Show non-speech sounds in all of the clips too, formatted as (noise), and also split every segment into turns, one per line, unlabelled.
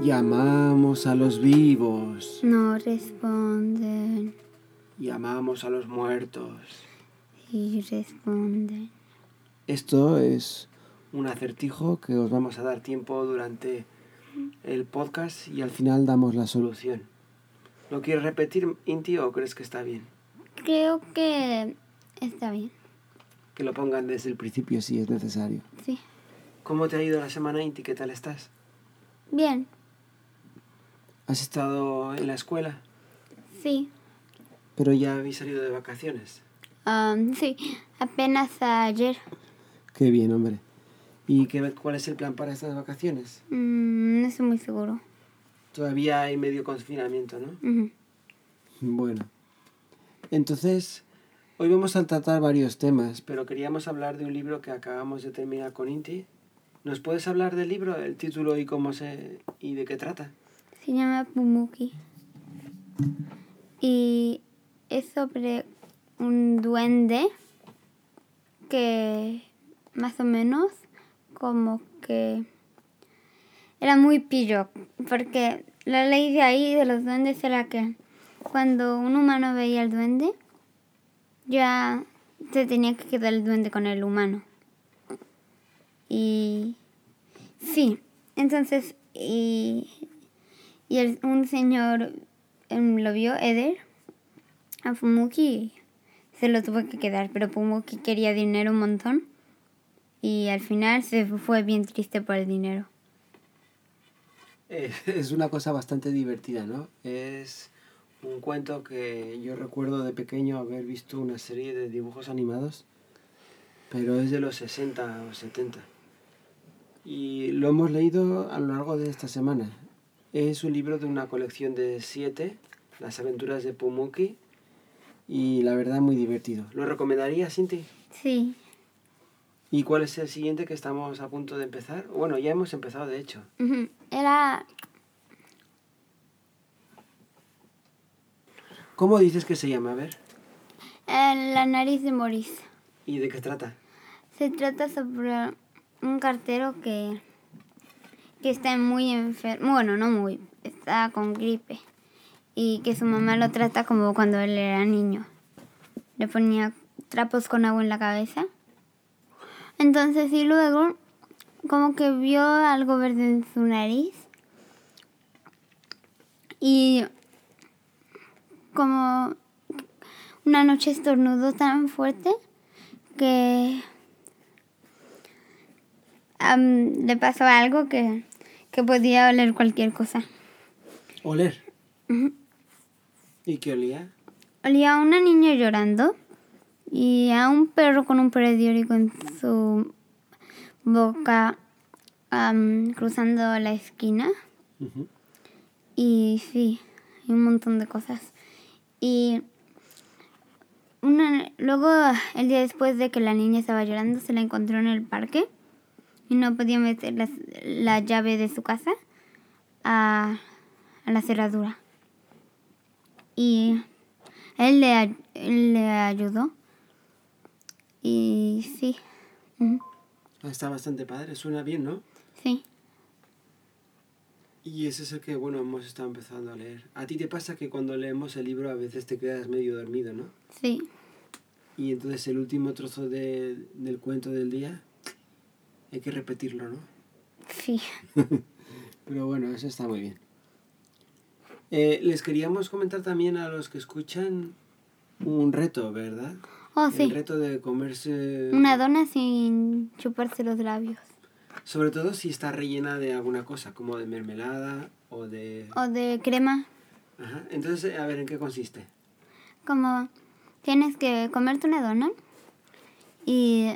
Llamamos a los vivos,
no responden
llamamos a los muertos.
y responden.
Esto es un acertijo que os vamos a dar tiempo durante el podcast y al final damos la solución. ¿Lo quieres repetir, Inti, o crees que está bien?
Creo que está bien,
Que lo pongan desde el principio si es necesario.
sí.
¿Cómo te ha ido la semana, Inti? ¿Qué tal estás?
Bien,
¿Has estado en la escuela?
sí.
Pero ya habéis salido de vacaciones.
Am, Ah, sí, apenas ayer.
Qué bien, hombre. ¿Y qué, cuál es el plan para estas vacaciones?
Mm, no estoy muy seguro.
Todavía hay medio confinamiento, ¿no?
Ujú.
Bueno, entonces hoy vamos a tratar varios temas, pero queríamos hablar de un libro que acabamos de terminar con Inti. ¿Nos puedes hablar del libro, el título y cómo se y de qué trata?
Se llama Pumuki. Y es sobre un duende que más o menos como que era muy pillo. Porque la ley de ahí de los duendes era que cuando un humano veía al duende, ya se tenía que quedar el duende con el humano. Y sí, entonces y y el- un señor em, lo vio, Eder, a Fumuki y se lo tuvo que quedar, pero Fumuki quería dinero un montón y al final se fue bien triste por el dinero.
Eh, (laughs) Es una cosa bastante divertida, ¿no? Es un cuento que yo recuerdo de pequeño haber visto una serie de dibujos animados, pero es de los 60 o 70. Y lo hemos leído a lo largo de esta semana. Es un libro de una colección de siete, Las aventuras de Pumuki, y la verdad muy divertido. ¿Lo recomendaría, Cinti?
Sí,
¿Y cuál es el siguiente que estamos a punto de empezar? Bueno, ya hemos empezado, de hecho.
ujú, era
¿Cómo dices que se llama? A ver.
eh, la nariz de Moris.
¿Y de qué trata?
Se trata sobre un cartero que, que está muy enfermo, bueno, no muy, está con gripe y que su mamá lo trata como cuando él era niño. Le ponía trapos con agua en la cabeza. Entonces y luego como que vio algo verde en su nariz y como una noche estornudó tan fuerte que am, le pasó algo que, que podía oler cualquier cosa.
Oler. ¿Y qué olía?
Olía a una niña llorando y a un perro con un periódico en su boca am, cruzando la esquina. Y sí, y un montón de cosas. Y una, luego, el día después de que la niña estaba llorando, se la encontró en el parque y no podía meter las- la, llave de su casa a, a la cerradura. Y él le, ay- él le ayudó. Y sí, ujú,
Está bastante padre, suena bien, ¿no?
sí.
Y ese es el que, bueno, hemos estado empezando a leer. A ti te pasa que cuando leemos el libro a veces te quedas medio dormido, ¿no?
Sí,
Y entonces el último trozo de- del cuento del día hay que repetirlo, ¿no?
sí.
Pero bueno, eso está muy bien. Eh, les queríamos comentar también a los que escuchan un reto, ¿verdad?
Oh,
El
sí.
reto de comerse
Una dona sin chuparse los labios.
Sobre todo si está rellena de alguna cosa, como de mermelada o de...
O de crema.
Ajá. Entonces, eh, a ver, ¿en qué consiste?
Como tienes que comerte una dona y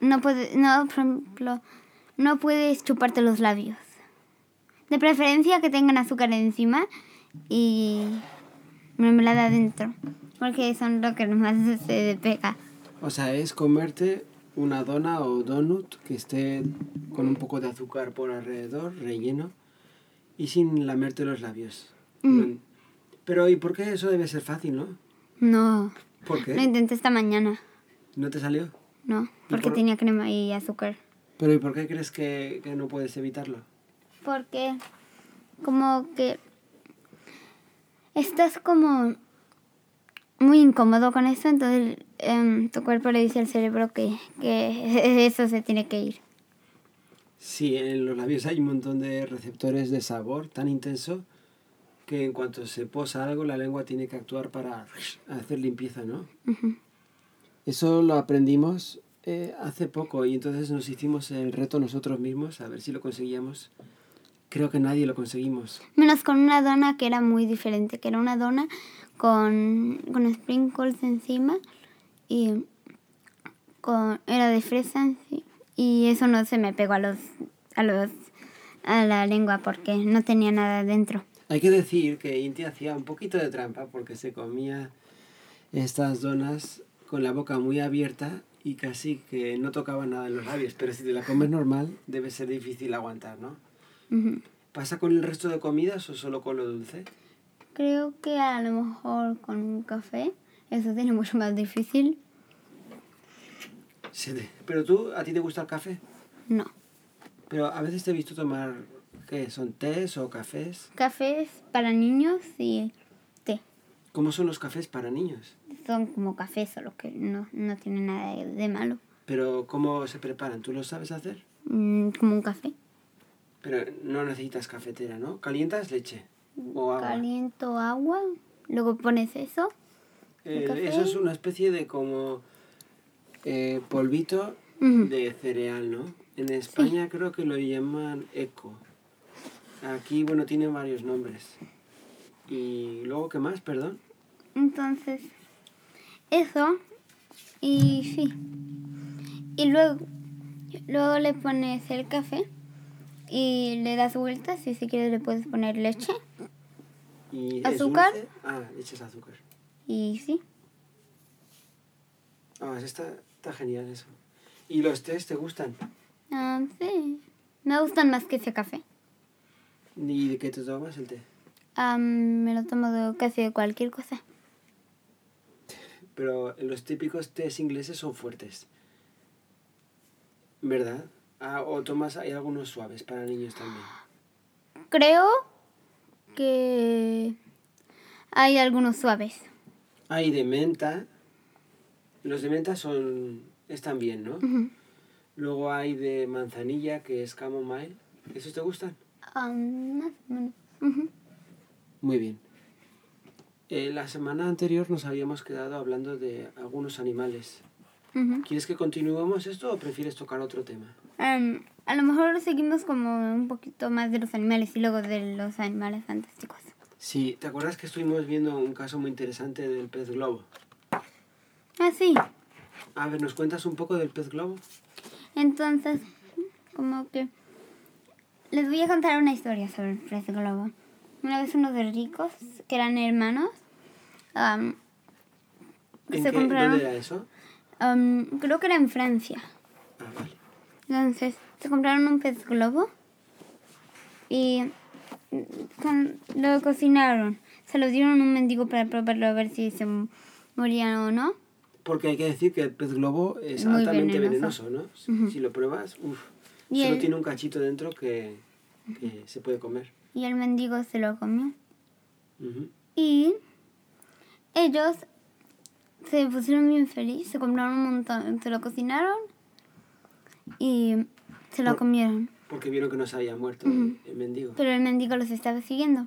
no puedes, no, por ejemplo, no puedes chuparte los labios. De preferencia que tengan azúcar encima y mermelada adentro, porque son lo que más (laughs) se pega.
O sea, es comerte una dona o donut que esté con un poco de azúcar por alrededor, relleno, y sin lamerte los labios. No- Pero, ¿y por qué eso debe ser fácil, no?
No,
¿Por
lo
qué?
intenté esta mañana,
¿No te salió?
no, porque
por-
tenía crema y azúcar.
Pero, ¿y por qué crees que, que no puedes evitarlo?
Porque como que estás como muy incómodo con eso, entonces em, tu cuerpo le dice al cerebro que, que (laughs) eso se tiene que ir.
Sí, en los labios hay un montón de receptores de sabor tan intenso que en cuanto se posa algo, la lengua tiene que actuar para hacer limpieza, ¿no? Eso lo aprendimos eh, hace poco y entonces nos hicimos el reto nosotros mismos a ver si lo conseguíamos. Creo que nadie lo conseguimos.
Menos con una dona que era muy diferente, que era una dona con, con sprinkles encima y con, era de fresa en sí, y eso no se me pegó a los a los a la lengua porque no tenía nada dentro.
Hay que decir que Inti hacía un poquito de trampa porque se comía estas donas con la boca muy abierta y casi que no tocaba nada en los labios. Pero si te la comes normal, debe ser difícil aguantar, ¿no?
Ujú.
¿Pasa con el resto de comidas o solo con lo dulce?
Creo que a lo mejor con un café eso tiene (laughs) mucho más difícil.
Sí, de- Pero tú, ¿a ti te gusta el café?
No.
Pero a veces te he visto tomar, ¿qué? ¿Son tés o cafés?
Cafés para niños y té.
¿Cómo son los cafés para niños?
Son como café, solo que no, no tiene nada de, de malo.
Pero ¿cómo se preparan? ¿Tú lo sabes hacer?
Mm, como un café.
Pero no necesitas cafetera, ¿no? ¿Calientas leche? ¿O agua?
Caliento agua, luego pones eso.
Eh,
café.
eso es una especie de como eh, polvito
Ujú.
de cereal, ¿no? En España creo que lo llaman eco. Aquí, bueno, tiene varios nombres. Y luego, ¿qué más? Perdón.
Entonces, eso. Y sí. Y luego, luego le pones el café y le das vueltas y si quieres le puedes poner leche.
Y es
¿Azúcar?
dulce. Ah, le echas azúcar.
Y sí.
Ah, está, está genial eso. ¿Y los tés te gustan?
Ah, sí. Me gustan más que ese café.
¿Y de qué te tomas el té?
Ah, me lo tomo de casi de cualquier cosa.
Pero los típicos tés ingleses son fuertes. ¿Verdad? Ah, o tomas, hay algunos suaves para niños también.
Creo que hay algunos suaves.
Hay de menta. Los de menta son están bien, ¿no?
Ujú.
Luego hay de manzanilla, que es chamomile. ¿Esos te gustan?
Ah, más o menos. Ujú.
Muy bien. Eh, la semana anterior nos habíamos quedado hablando de algunos animales.
Ujú.
¿Quieres que continuemos esto o prefieres tocar otro tema?
Em, a lo mejor seguimos como un poquito más de los animales y luego de los animales fantásticos.
Sí, ¿te acuerdas que estuvimos viendo un caso muy interesante del pez globo?
Ah, sí.
A ver, ¿nos cuentas un poco del pez globo?
Entonces, como que... Les voy a contar una historia sobre el pez globo. Una vez unos de ricos, que eran hermanos,
¿En
em, Pues se
qué-
compraron...
¿Dónde era eso?
em, creo que era en Francia.
Ah, vale.
Entonces, se compraron un pez globo y mm, con- lo cocinaron. Se lo dieron a un mendigo para probarlo a ver si se m- moría o no.
Porque hay que decir que el pez globo es
Muy
altamente venenoso,
venenoso.
¿no? Si, si lo pruebas, uff,
Y
solo
el-
tiene un cachito dentro que, que se puede comer.
Y el mendigo se lo comió.
Ujú.
Y ellos se pusieron bien felices, se compraron un montón, se lo cocinaron y se lo
Por-
comieron.
Porque vieron que no se había muerto el, el mendigo.
Pero el mendigo los estaba siguiendo.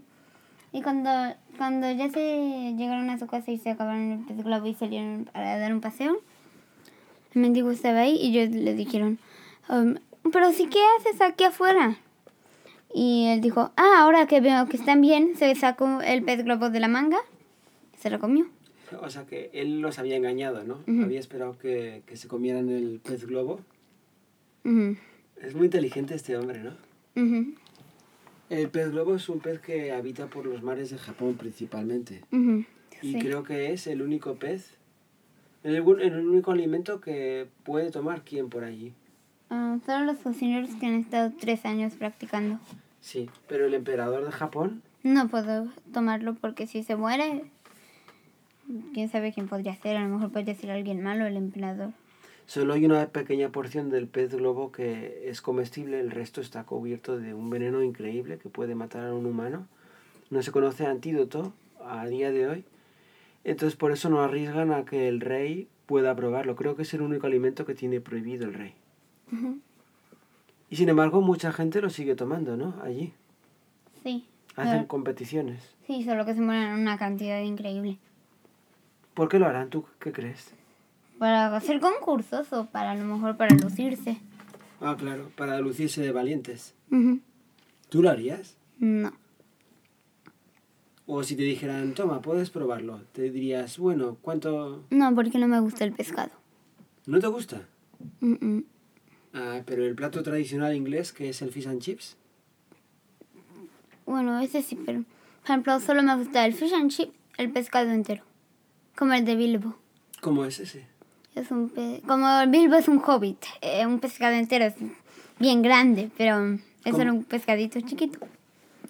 Y cuando, cuando ya se llegaron a su casa y se acabaron el pez globo y salieron para dar un paseo, el mendigo estaba ahí y ellos le dijeron, "Um, pero sí, ¿qué haces aquí afuera? Y él dijo, ah, ahora que veo que están bien, se sacó el pez globo de la manga, se lo comió.
O sea que él los había engañado, ¿no? Había esperado que, que se comieran el pez globo.
Ujú,
Es muy inteligente este hombre, ¿no?
ujú,
El pez globo es un pez que habita por los mares de Japón principalmente.
ujú,
Y
sí.
creo que es el único pez, el, un- el único alimento que puede tomar quien por allí.
Ah, solo los cocineros que han estado tres años practicando.
Sí, pero el emperador de Japón
No puedo tomarlo porque si se muere, quién sabe quién podría ser. A lo mejor podría ser alguien malo, el emperador.
Solo hay una pequeña porción del pez globo que es comestible, el resto está cubierto de un veneno increíble que puede matar a un humano. No se conoce antídoto a día de hoy. Entonces por eso no arriesgan a que el rey pueda probarlo. Creo que es el único alimento que tiene prohibido el rey.
Ujú.
Y sin embargo mucha gente lo sigue tomando, ¿no? Allí.
Sí.
Hacen
Solo-
competiciones.
Sí, solo que se mueren una cantidad increíble.
¿Por qué lo harán? ¿Tú qué crees?
Para hacer concursos o para a lo mejor para lucirse.
Ah, claro, para lucirse de valientes.
Ujú.
¿Tú lo harías?
No.
O si te dijeran, toma, puedes probarlo, te dirías, bueno, ¿cuánto?
No, porque no me gusta el pescado.
¿No te gusta?
Mm, mm.
Ah, pero el plato tradicional inglés, que es el fish and chips.
Bueno, ese sí, pero por ejemplo, solo me gusta el fish and chip, el pescado entero. Como el de Bilbo.
¿Cómo es ese?
Es un pe- Como el Bilbo es un hobbit, eh, un pescado entero es bien grande, pero mm, es
¿Cómo?
solo un pescadito chiquito.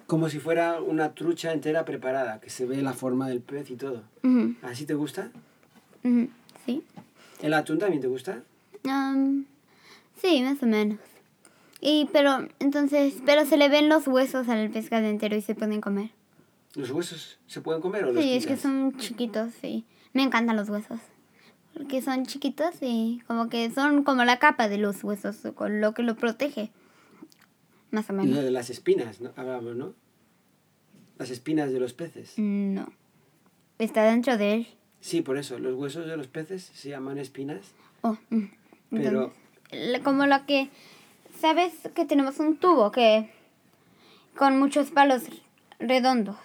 Como si fuera una trucha entera preparada, que se ve la forma del pez y todo.
Ujú,
¿Así te gusta?
ujú, Sí.
¿El atún también te gusta?
Am, sí, más o menos. Y pero entonces, pero se le ven los huesos al pescado entero y se pueden comer.
¿Los huesos se pueden comer o los
Sí, es que
quitas?
son chiquitos, sí. Me encantan los huesos. Porque son chiquitos y como que son como la capa de los huesos, con lo que lo protege. Más o
Lo
menos.
de las espinas, ¿no? Hablamos, ¿no? Las espinas de los peces.
No. Está dentro de él.
Sí, por eso, los huesos de los peces se llaman espinas.
Oh, mm.
Pero-
Entonces, la- como la que... ¿Sabes que tenemos un tubo que... Con muchos palos redondos.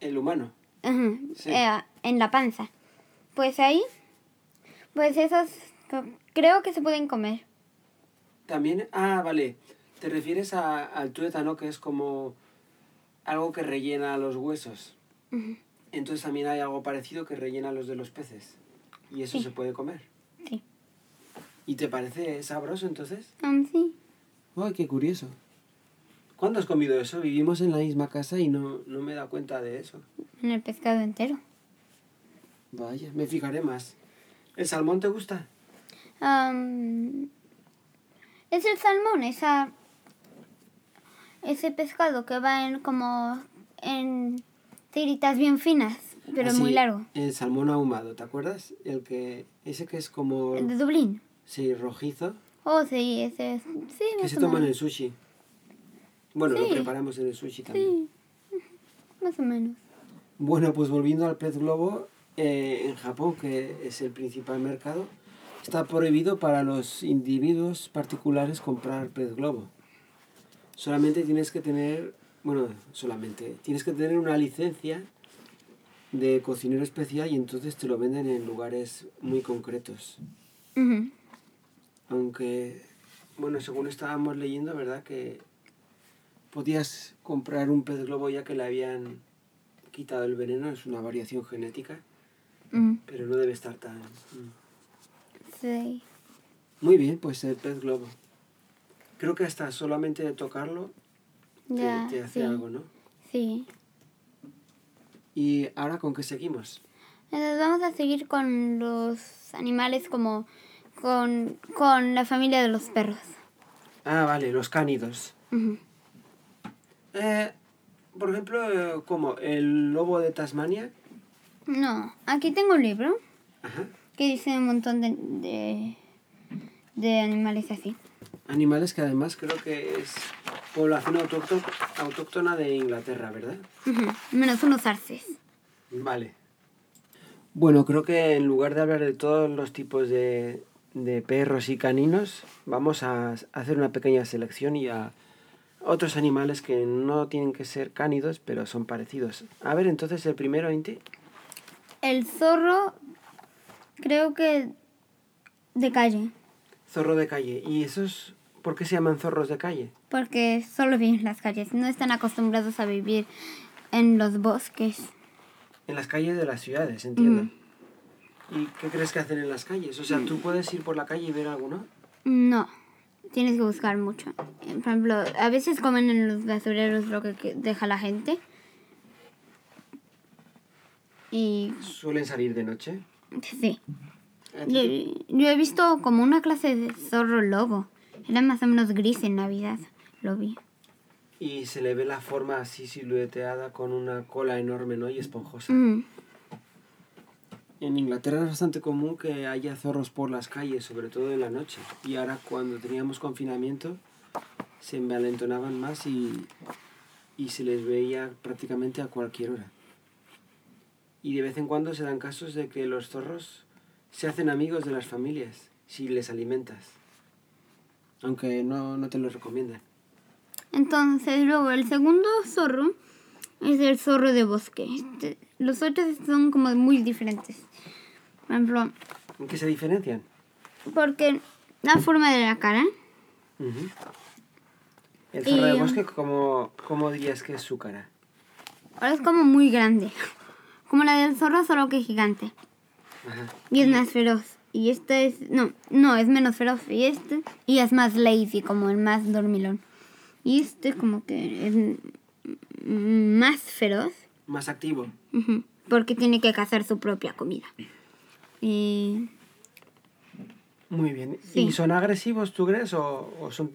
El humano.
Ajá,
Sí.
eh, en la panza. Pues ahí... Pues esos co- creo que se pueden comer.
También, ah, vale. Te refieres a- al tuétano, que es como algo que rellena los huesos.
Ujú.
Entonces también hay algo parecido que rellena los de los peces. Y eso
Sí.
se puede comer.
Sí.
¿Y te parece sabroso entonces?
Am, sí.
Ay, qué curioso. ¿Cuándo has comido eso? Vivimos en la misma casa y no, no me he dado cuenta de eso.
En el pescado entero.
Vaya, me fijaré más. ¿El salmón te gusta?
Am, es el salmón, esa, ese pescado que va en como en tiritas bien finas, pero
Así,
muy largo.
El salmón ahumado, ¿te acuerdas? El que, ese que es como,
El de Dublín.
sí, rojizo,
Oh, sí, ese es. Sí,
que
más
se
o
toma en el
menos.
sushi. Bueno, lo
Sí.
preparamos en el sushi también.
Sí, más o menos.
Bueno, pues volviendo al pez globo, eh, en Japón, que es el principal mercado, está prohibido para los individuos particulares comprar pez globo. Solamente tienes que tener, bueno, solamente, tienes que tener una licencia de cocinero especial y entonces te lo venden en lugares muy concretos.
Ujú.
Aunque, bueno, según estábamos leyendo, ¿verdad? Que podías comprar un pez globo ya que le habían quitado el veneno, es una variación genética,
Mm,
pero no debe estar tan... mm.
Sí.
Muy bien, pues el pez globo. Creo que hasta solamente de tocarlo te,
Ya,
te hace
sí,
algo, ¿no?
sí.
¿Y ahora con qué seguimos?
Entonces vamos a seguir con los animales como con, con la familia de los perros.
Ah, vale, los cánidos.
Ujú.
Eh, por ejemplo, eh, como el lobo de Tasmania.
No, aquí tengo un libro
Ajá.
que dice un montón de, de, de animales así.
Animales que además creo que es población autócto- autóctona de Inglaterra, ¿verdad?
Ujú, Menos unos arces.
Vale. Bueno, creo que en lugar de hablar de todos los tipos de, de perros y caninos, vamos a s- hacer una pequeña selección y a otros animales que no tienen que ser cánidos, pero son parecidos. A ver, entonces el primero, Inti.
El zorro, creo que de calle,
Zorro de calle. ¿Y esos por qué se llaman zorros de calle?
porque solo viven en las calles, no están acostumbrados a vivir en los bosques.
En las calles de las ciudades, entiendo. ¿Y qué crees que hacen en las calles? O sea, ¿tú puedes ir por la calle y ver alguno?
No, tienes que buscar mucho. Por ejemplo, a veces comen en los basureros lo que que deja la gente. Y
Suelen salir de noche.
sí, Yo, yo he visto como una clase de zorro lobo. Era más o menos gris en Navidad. Lo vi.
Y se le ve la forma así silueteada con una cola enorme, ¿no? Y esponjosa.
Mm.
En Inglaterra es bastante común que haya zorros por las calles, sobre todo en la noche. Y ahora cuando teníamos confinamiento, se envalentonaban más y, y se les veía prácticamente a cualquier hora. Y de vez en cuando se dan casos de que los zorros se hacen amigos de las familias si les alimentas. Aunque no, no te lo recomiendan.
Entonces, luego el segundo zorro es el zorro de bosque. Este- los otros son como muy diferentes. Por ejemplo,
¿En qué se diferencian?
porque la forma de la cara,
Ujú. El zorro
Y-
de bosque, ¿cómo, cómo dirías que es su cara?
ahora es como muy grande. Como la del zorro, solo que gigante.
Ajá.
Y es más feroz. Y este es. No, no, es menos feroz. Y este. Y es más lazy, como el más dormilón. Y este, como que es mm, más feroz.
Más activo.
Ujú, Porque tiene que cazar su propia comida. Y.
Muy bien.
Sí.
¿Y son agresivos, tú crees, o, o son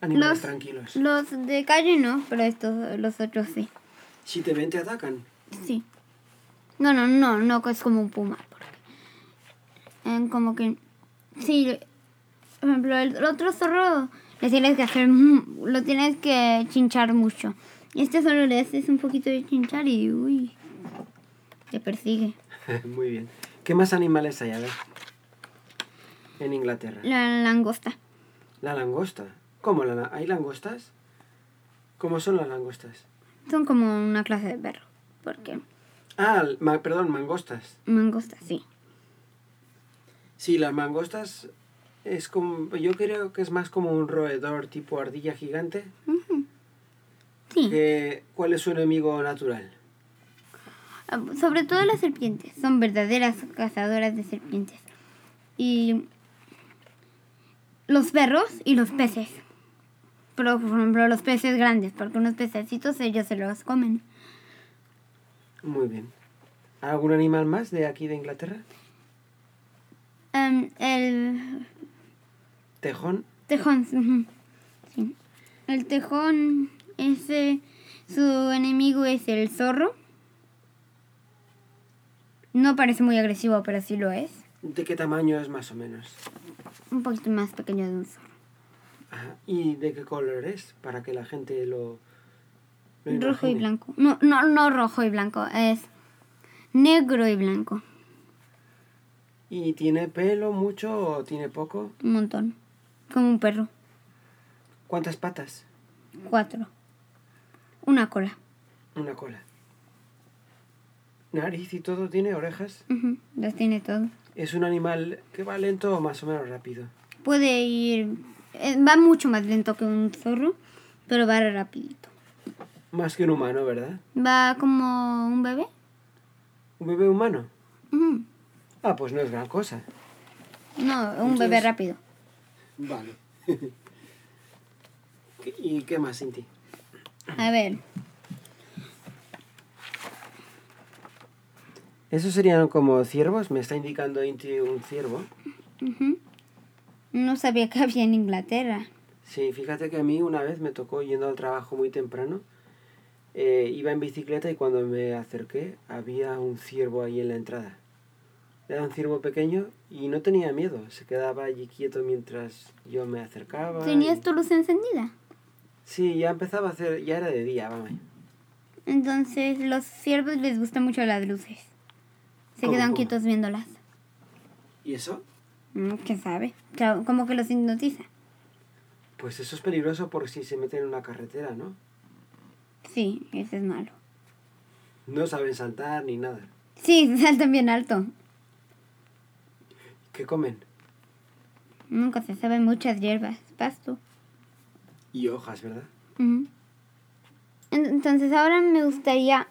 animales
Los-
tranquilos?
Los de calle no, pero estos, los otros sí.
Si te ven, te atacan. (laughs)
Sí. No, no, no, no, que es como un puma. Porque, eh, como que. Sí, por ejemplo, el otro zorro le tienes que hacer. mu- Lo tienes que chinchar mucho. Y este solo le haces un poquito de chinchar y. Uy. Te persigue.
Muy bien. ¿Qué más animales hay, a ver? En Inglaterra.
La langosta.
La langosta. ¿Cómo? La, la- ¿Hay langostas? ¿Cómo son las langostas?
Son como una clase de perro. Porque.
Ah, ma- perdón, mangostas.
Mangosta, sí.
Sí, las mangostas es como... Yo creo que es más como un roedor tipo ardilla gigante.
Sí.
que- ¿Cuál es su enemigo natural?
Ah, Sobre todo las serpientes. Son verdaderas cazadoras de serpientes. Y los perros y los peces. Pero, por ejemplo, los peces grandes, porque unos pececitos ellos se los comen.
Muy bien. ¿Algún animal más de aquí de Inglaterra?
Em, el
Tejón.
tejón. (laughs) ujú, sí. El tejón, ese, su enemigo es el zorro. No parece muy agresivo, pero sí lo es.
¿De qué tamaño es más o menos?
Un poquito más pequeño de un zorro.
Ajá. ¿Y de qué color es? Para que la gente lo... lo
Rojo y
imagine.
blanco. No, no, no rojo y blanco, es negro y blanco.
¿Y tiene pelo mucho o tiene poco?
Un montón. Como un perro.
¿Cuántas patas?
Cuatro. Una cola.
Una cola. Nariz y todo, tiene orejas.
Ujú, Los tiene todo.
¿Es un animal que va lento o más o menos rápido?
Puede ir... eh, Va mucho más lento que un zorro, pero va rapidito.
Más que un humano, ¿verdad?
Va como un bebé.
¿Un bebé humano?
Ujú.
Ah, pues no es gran cosa.
No, un bebé
Entonces-
rápido.
Vale. (laughs) ¿Y qué más, Cinti?
A ver.
Esos serían como ciervos. Me está indicando Inti un ciervo.
ujú. No sabía que había en Inglaterra.
Sí, fíjate que a mí una vez me tocó yendo al trabajo muy temprano. eh, iba en bicicleta y cuando me acerqué había un ciervo ahí en la entrada. Era un ciervo pequeño y no tenía miedo. Se quedaba allí quieto mientras yo me acercaba.
¿Tenías
y-
tu luz encendida?
Sí, ya empezaba a hacer... Ya era de día, vamos.
Entonces, los ciervos les gustan mucho las luces. Se
¿Cómo,
quedan
cómo?
quietos viéndolas.
¿Y eso?
Mm, ¿Quién sabe? Claro, Como que los hipnotiza.
Pues eso es peligroso por si se meten en una carretera, ¿no?
Sí, eso es malo.
No saben saltar ni nada.
Sí, (laughs) saltan bien alto.
¿Qué comen?
Nunca se saben muchas hierbas, pasto.
Y hojas, ¿verdad?
Ujú. En- Entonces, ahora me gustaría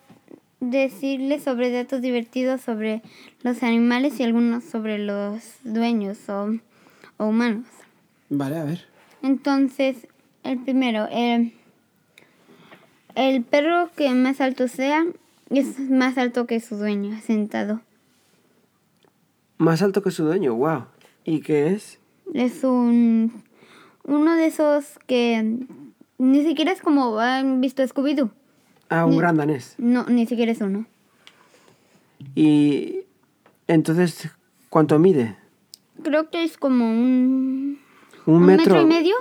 decirles sobre datos divertidos sobre los animales y algunos sobre los dueños o, o humanos.
Vale, a ver.
Entonces, el primero, el, el perro que más alto sea es más alto que su dueño, sentado.
Más alto que su dueño, wow. ¿Y qué es?
Es un. Uno de esos que. Ni siquiera es como han visto Scooby-Doo.
Ah, un
Ni-
gran danés.
No, ni siquiera es uno.
Y entonces, ¿cuánto mide?
Creo que es como un.
Un, metro,
y medio.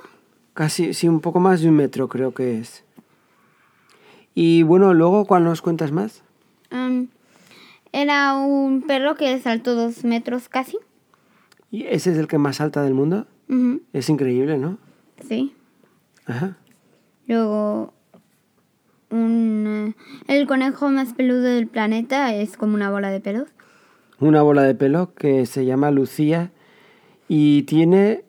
Casi, sí, un poco más de un metro creo que es. Y bueno, luego, ¿cuál nos cuentas más?
Am, era un perro que saltó dos metros casi.
Y ese es el que más salta del mundo.
Ujú,
Es increíble, ¿no?
Sí.
Ajá.
Luego, un, eh, el conejo más peludo del planeta es como una bola de pelos.
Una bola de pelo que se llama Lucía y tiene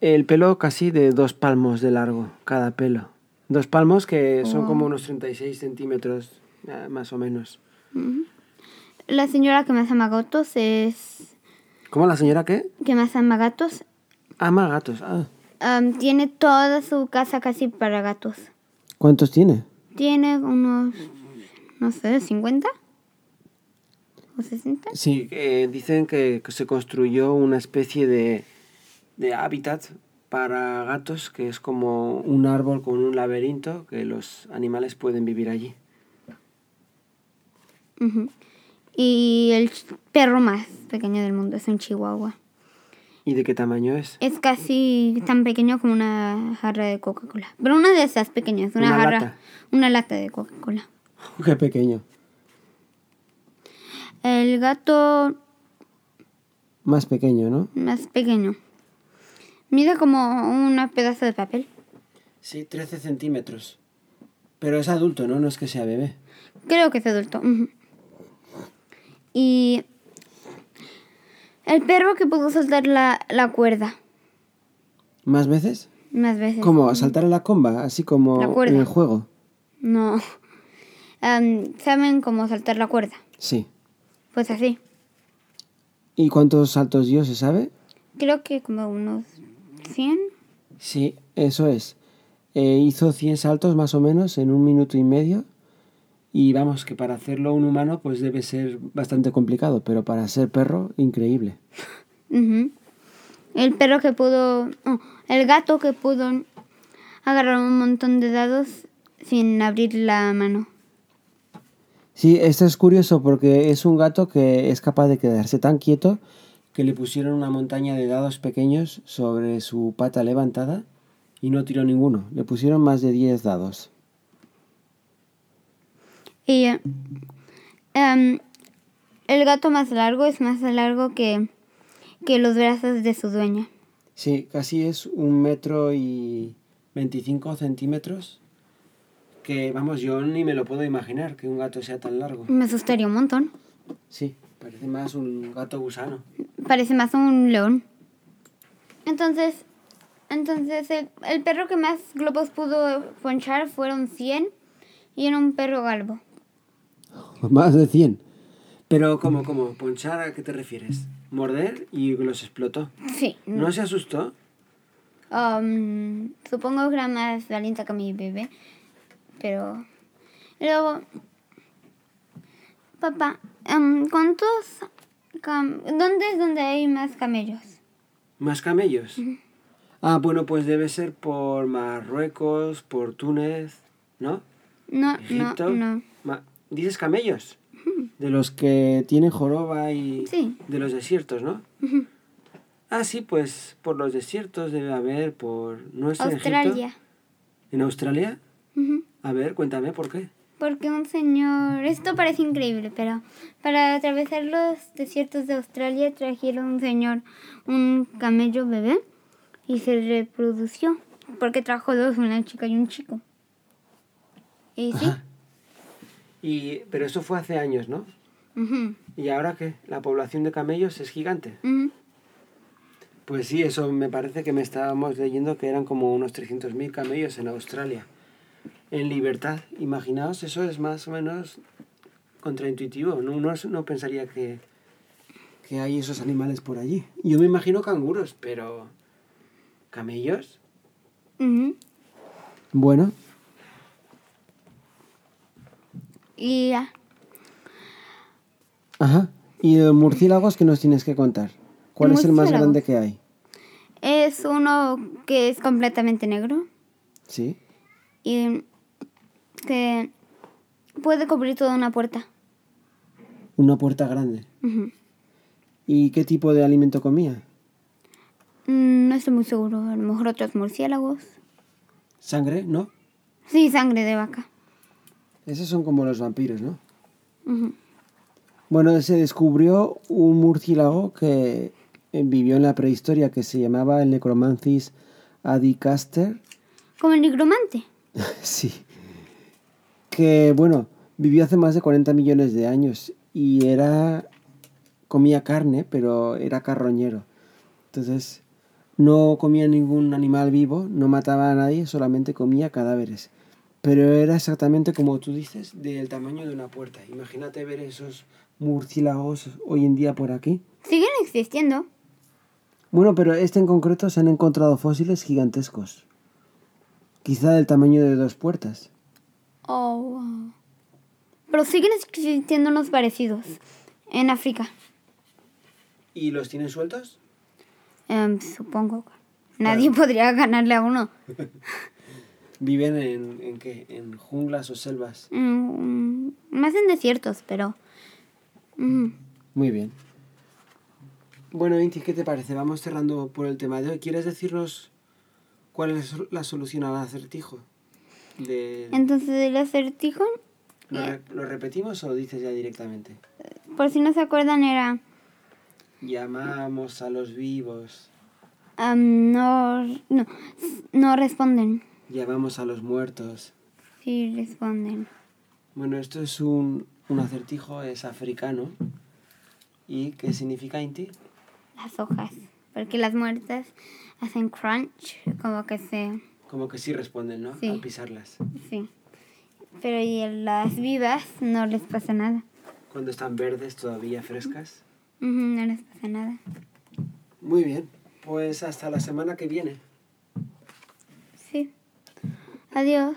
el pelo casi de dos palmos de largo, cada pelo. Dos palmos que son como unos 36 centímetros, ah, más o menos.
La señora que más ama gatos es...
¿Cómo la señora qué?
que más ama gatos.
Ama gatos. Ah.
am, tiene toda su casa casi para gatos.
¿Cuántos tiene?
Tiene unos, no sé, 50 o 60.
Sí, eh, dicen que que se construyó una especie de, de hábitat para gatos que es como un árbol con un laberinto que los animales pueden vivir allí.
Ujú. Y el ch- perro más pequeño del mundo es un chihuahua.
¿Y de qué tamaño es?
Es casi tan pequeño como una jarra de Coca-Cola. Pero una de esas pequeñas, una,
Una
jarra,
lata.
una lata de Coca-Cola.
(laughs) Qué pequeño.
El gato
Más pequeño, ¿no?
más pequeño. Mide como un pedazo de papel.
Sí, 13 centímetros. Pero es adulto, ¿no? No es que sea bebé.
Creo que es adulto. ujú. Y el perro que pudo soltar la, la cuerda
¿Más veces?
más veces.
Como saltar a la comba, así como
La cuerda.
en el juego.
No. Am, ¿Saben cómo saltar la cuerda?
Sí.
Pues así.
¿Y cuántos saltos dio, se sabe?
Creo que como unos 100.
Sí, eso es. Eh, hizo 100 saltos más o menos en un minuto y medio. Y vamos, que para hacerlo un humano pues debe ser bastante complicado, pero para ser perro, increíble.
Ujú. El perro que pudo... oh, el gato que pudo agarrar un montón de dados sin abrir la mano.
Sí, esto es curioso porque es un gato que es capaz de quedarse tan quieto que le pusieron una montaña de dados pequeños sobre su pata levantada y no tiró ninguno. Le pusieron más de 10 dados.
Y eh, em, el gato más largo es más largo que, que los brazos de su dueña.
Sí, casi es un metro y 25 centímetros. Que vamos, yo ni me lo puedo imaginar que un gato sea tan largo.
Me asustaría un montón.
Sí, parece más un gato gusano.
Parece más un león. Entonces, entonces el, el perro que más globos pudo ponchar fueron 100 y era un perro galvo.
Más de 100. Pero, ¿cómo, cómo? ¿Ponchar a qué te refieres? ¿Morder y los explotó?
Sí.
¿No se asustó?
Um, supongo que era más valiente que mi bebé. Pero. Luego. Papá, em, ¿cuántos. cam- ¿Dónde es donde hay más camellos?
¿Más camellos? Ah, bueno, pues debe ser por Marruecos, por Túnez, ¿no?
No, no,
Egipto.
no.
Ma- ¿Dices (laughs) camellos? De los que tienen joroba y
Sí.
de los desiertos, ¿no? Ah, sí, pues por los desiertos debe haber, por... ¿No es en Egipto?
Australia.
¿En Australia?
Ujú.
A ver, cuéntame, ¿por qué?
Porque un señor. Esto parece increíble, pero para atravesar los desiertos de Australia trajeron un señor un camello bebé y se reprodució. Porque trajo dos, una chica y un chico. Y sí.
Ajá. Y, pero eso fue hace años, ¿no?
Ujú,
¿Y ahora qué? ¿La población de camellos es gigante?
ujú.
Pues sí, eso me parece que me estábamos leyendo que eran como unos 300.000 camellos en Australia. En libertad, imaginaos, eso es más o menos contraintuitivo. No, Uno no pensaría que, que hay esos animales por allí. Yo me imagino canguros, pero... ¿Camellos?
Ujú.
Bueno.
Y ah,
Ajá. ¿Y de murciélagos qué nos tienes que contar? ¿Cuál es el más
Murciélagos.
grande que hay?
Es uno que es completamente negro
¿Sí?
y que puede cubrir toda una puerta.
Una puerta grande.
Ujú.
¿Y qué tipo de alimento comía?
Mm, No estoy muy seguro, a lo mejor otros murciélagos.
¿Sangre? ¿No?
Sí, sangre de vaca.
Esos son como los vampiros, ¿no?
Ujú.
Bueno, se descubrió un murciélago que eh, vivió en la prehistoria que se llamaba el Necromancis adicaster.
Como el nigromante.
(laughs) Sí. Que bueno, vivió hace más de 40 millones de años y era comía carne, pero era carroñero. Entonces, no comía ningún animal vivo, no mataba a nadie, solamente comía cadáveres. Pero era exactamente como tú dices, del tamaño de una puerta. Imagínate ver esos murciélagos hoy en día por aquí.
Siguen existiendo.
Bueno, pero este en concreto se han encontrado fósiles gigantescos. Quizá del tamaño de dos puertas.
Oh, wow. Pero siguen existiendo unos parecidos en África.
¿Y los tienen sueltos?
Em, supongo. Nadie podría ganarle a uno.
¿Viven en, en qué? ¿En junglas o selvas?
Mm, más en desiertos, pero... mm,
Muy bien. Bueno, Inti, ¿qué te parece? Vamos cerrando por el tema de hoy. ¿Quieres decirnos cuál es la solución al acertijo? De-
Entonces el acertijo,
¿Lo, re- lo repetimos o lo dices ya directamente?
por si no se acuerdan, era...
Llamamos a los vivos,
em, no, no, no responden.
llamamos a los muertos.
Sí, responden.
Bueno, esto es un, un acertijo, es africano. ¿Y qué significa Inti?
Las hojas. Porque las muertas hacen crunch, como que se...
Como que sí responden, ¿no?
Sí.
Al pisarlas.
Sí. Pero y en las vivas no les pasa nada.
Cuando están verdes, todavía frescas.
Ujú, No les pasa nada.
Muy bien, pues hasta la semana que viene.
Sí. Adiós.